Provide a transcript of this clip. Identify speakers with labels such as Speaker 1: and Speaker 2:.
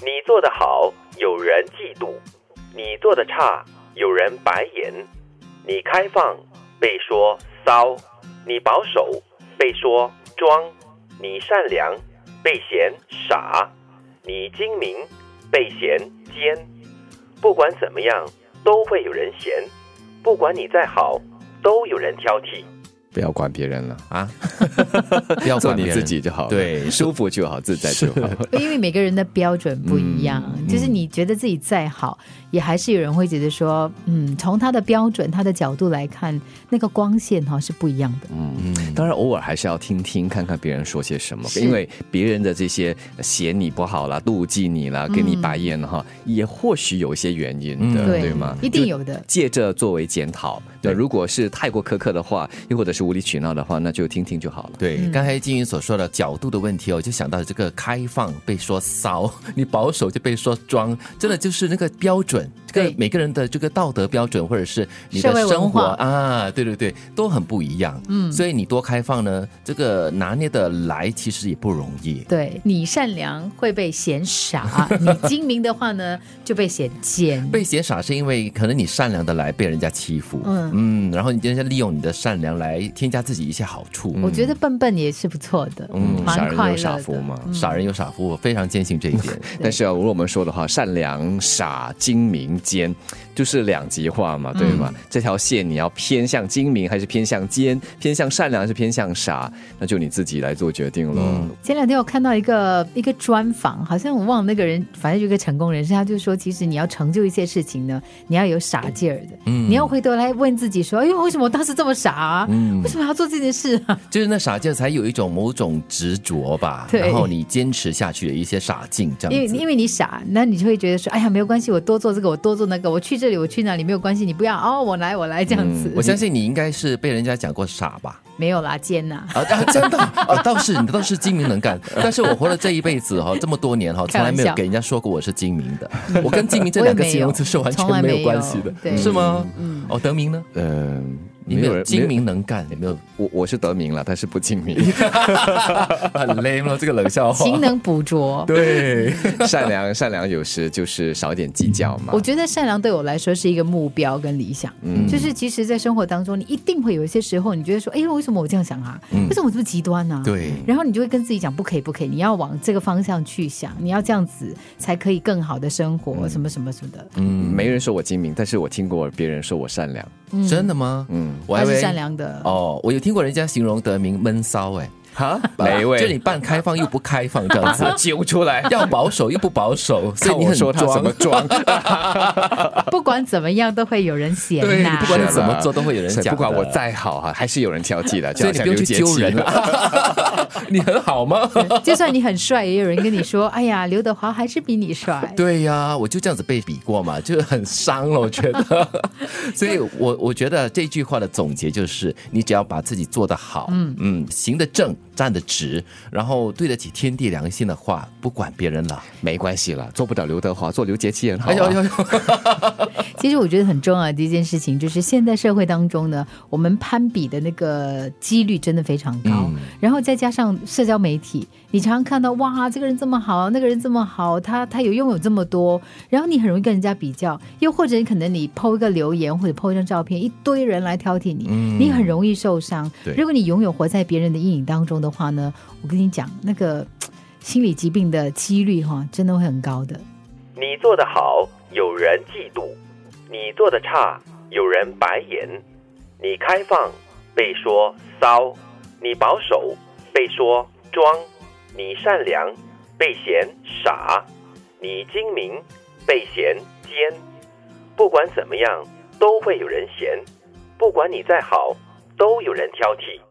Speaker 1: 你做得好，有人嫉妒；你做得差，有人白眼。你开放，被说骚；你保守，被说装；你善良，被嫌傻；你精明，被嫌奸。不管怎么样，都会有人嫌；不管你再好，都有人挑剔。
Speaker 2: 不要管别人了，
Speaker 3: 啊，不要
Speaker 2: 做
Speaker 3: 管
Speaker 2: 你
Speaker 3: 别人
Speaker 2: 自己就好了，
Speaker 3: 对
Speaker 2: 舒服就好，自在就好。
Speaker 4: 因为每个人的标准不一样，
Speaker 2: 嗯
Speaker 4: 就是你觉得自己再好，也还是有人会觉得说，嗯，从他的标准、他的角度来看，那个光线哈是不一样的。
Speaker 2: 当然，偶尔还是要听听看看别人说些什么，
Speaker 4: 是
Speaker 2: 因为别人的这些嫌你不好啦、妒忌你啦、给你白眼了哈，也或许有一些原因的，
Speaker 3: 嗯
Speaker 4: 对
Speaker 2: 嗯对吗？
Speaker 4: 一定
Speaker 2: 就
Speaker 4: 有的
Speaker 2: 借着作为检讨，对，
Speaker 3: 对
Speaker 2: 如果是太过苛刻的话，又或者是无理取闹的话，那就听听就好了。
Speaker 3: 对，
Speaker 4: 嗯
Speaker 3: 刚才金云所说的角度的问题哦，我就想到这个开放被说骚， 你保守就被说装，真的就是那个标准，这
Speaker 4: 对
Speaker 3: 个每个人的这个道德标准或者是你的
Speaker 4: 社会文
Speaker 3: 生活
Speaker 4: 化
Speaker 3: 啊，对对对，都很不一样。嗯，所以你多开放呢，这个拿捏的来其实也不容易。
Speaker 4: 对你善良会被嫌 傻，你精明的话呢就被嫌贱。
Speaker 3: 被嫌傻是因为可能你善良的来被人家欺负，
Speaker 4: 嗯
Speaker 3: 嗯然后你人家利用你的善良来添加自己一些好处。
Speaker 4: 我觉得笨笨也是不错的，
Speaker 3: 嗯
Speaker 2: 嗯傻
Speaker 4: 蛮
Speaker 2: 人
Speaker 4: 快
Speaker 2: 有
Speaker 4: 乐
Speaker 2: 傻
Speaker 4: 的。
Speaker 2: 福嘛。
Speaker 3: 傻人有傻福，我非常坚信这一 点。
Speaker 2: 但是啊，如果我们说的话，善良、傻、精明、奸，就是两极化嘛，对吗？
Speaker 3: 嗯
Speaker 2: 这条线你要偏向精明还是偏向奸，偏向善良还是偏向傻，那就你自己来做决定喽。
Speaker 3: 嗯
Speaker 4: 前两天我看到一个一个专访，好像我忘了那个人，反正有一个成功人士，他就说，其实你要成就一些事情呢，你要有傻劲儿的，
Speaker 3: 嗯
Speaker 4: 你要回头来问自己说，哎呦，为什么我当时这么傻、啊？
Speaker 3: 嗯
Speaker 4: 为什么要做这件事啊？
Speaker 3: 就是那傻劲儿才有一种某种执着吧，
Speaker 4: 对
Speaker 3: 然后你坚持下去的一些傻劲 这
Speaker 4: 因为
Speaker 3: 样子。
Speaker 4: 因为你傻，那你就会觉得说，哎呀，没有关系，我多做这个，我多做那个，我去这里，我去那里，没有关系，你不要哦，我来，我来这样子。
Speaker 3: 嗯我相信你应该是被人家讲过傻 吧？
Speaker 4: 没有啦，奸呐、
Speaker 3: 啊，啊真的啊，倒是你倒是精明能 干，但是我活了这一辈子哈、这么多年哈、从来没
Speaker 4: 开玩
Speaker 3: 有
Speaker 4: 笑
Speaker 3: 给人家说过我是精明的。我跟精明这两个
Speaker 4: 我也没有
Speaker 3: 形容词是完全没有关系
Speaker 4: 从来没有
Speaker 3: 的，
Speaker 4: 对
Speaker 3: 是吗？哦，德明呢？
Speaker 2: 嗯，
Speaker 3: 你没有精明能干，有没有？
Speaker 2: 我我是得名了，但是不精 明，
Speaker 3: 很啊 lame 了，这个冷笑话。
Speaker 4: 勤能补拙。
Speaker 3: 对，
Speaker 2: 善良善良有时就是少一点计较嘛
Speaker 4: 我。觉得善良对我来说是一个目标跟理想，
Speaker 3: 嗯
Speaker 4: 就是其实，在生活当中，你一定会有一些时候，你觉得说，哎呦，为什么我这样想啊？为什么我这么极端呢、啊？
Speaker 3: 嗯对
Speaker 4: 然后你就会跟自己讲，不可以，不可以，你要往这个方向去想，你要这样子才可以更好的生活，什么什么什么的。
Speaker 2: 嗯，没人说我精明，但是我听过别人说我善良。
Speaker 3: 真的吗？嗯，我还
Speaker 4: 他
Speaker 3: 以
Speaker 4: 是
Speaker 3: 为
Speaker 4: 善良的，
Speaker 3: 哦，我有听过人家形容德明闷骚哎、
Speaker 2: 哈，哪一
Speaker 3: 就你
Speaker 2: 位？，
Speaker 3: 半开放又不开放这样子
Speaker 2: 揪出来，
Speaker 3: 要保守又不 保守，所以
Speaker 2: 看
Speaker 3: 你
Speaker 2: 我
Speaker 3: 很
Speaker 2: 说他怎么
Speaker 3: 装。
Speaker 2: 装。
Speaker 4: 不管怎么样都会有人嫌
Speaker 3: 对，
Speaker 4: 呐、
Speaker 3: 你不管你怎么做都会有人
Speaker 2: 所以
Speaker 3: 讲。
Speaker 2: 不管我，再好哈，还是有人挑剔的，就好
Speaker 3: 所以你
Speaker 2: 像
Speaker 3: 不用
Speaker 2: 刘
Speaker 3: 去
Speaker 2: 杰
Speaker 3: 揪
Speaker 2: 奇
Speaker 3: 人。啊 了。你很好吗？
Speaker 4: 就算你很帅，也有人跟你说，哎呀，刘德华还是比你帅。
Speaker 3: 对呀、我就这样子被比过嘛，就是很伤了，我觉 得。所以我我觉得这句话的总结就是，你只要把自己做得好，嗯嗯，行得正，站得直，然后对得起天地良心的话，不管别人了。
Speaker 2: 没关系了，做不了刘德华，做刘杰奇很好、啊。
Speaker 3: 哎呦哎呦哎呦！
Speaker 4: 其实我觉得很重要的一件事情，就是现在社会当中呢，我们攀比的那个几率真的非常高。然后再加上社交媒体，你常常看到哇，这个人这么好，那个人这么好，他他有拥有这么多，然后你很容易跟人家比较，又或者你可能你 PO 一个留言或者 PO 一张照片，一堆人来挑剔你，你很容易受伤。
Speaker 3: 对
Speaker 4: 如果你永远活在别人的阴影当中的话呢，我跟你讲，那个心理疾病的几率哈，真的会很高的。
Speaker 1: 你做得好，有人嫉妒；你做得差，有人白眼。你开放，被说骚；你保守，被说装；你善良，被嫌傻；你精明，被嫌奸。不管怎么样，都会有人嫌；不管你再好，都有人挑剔。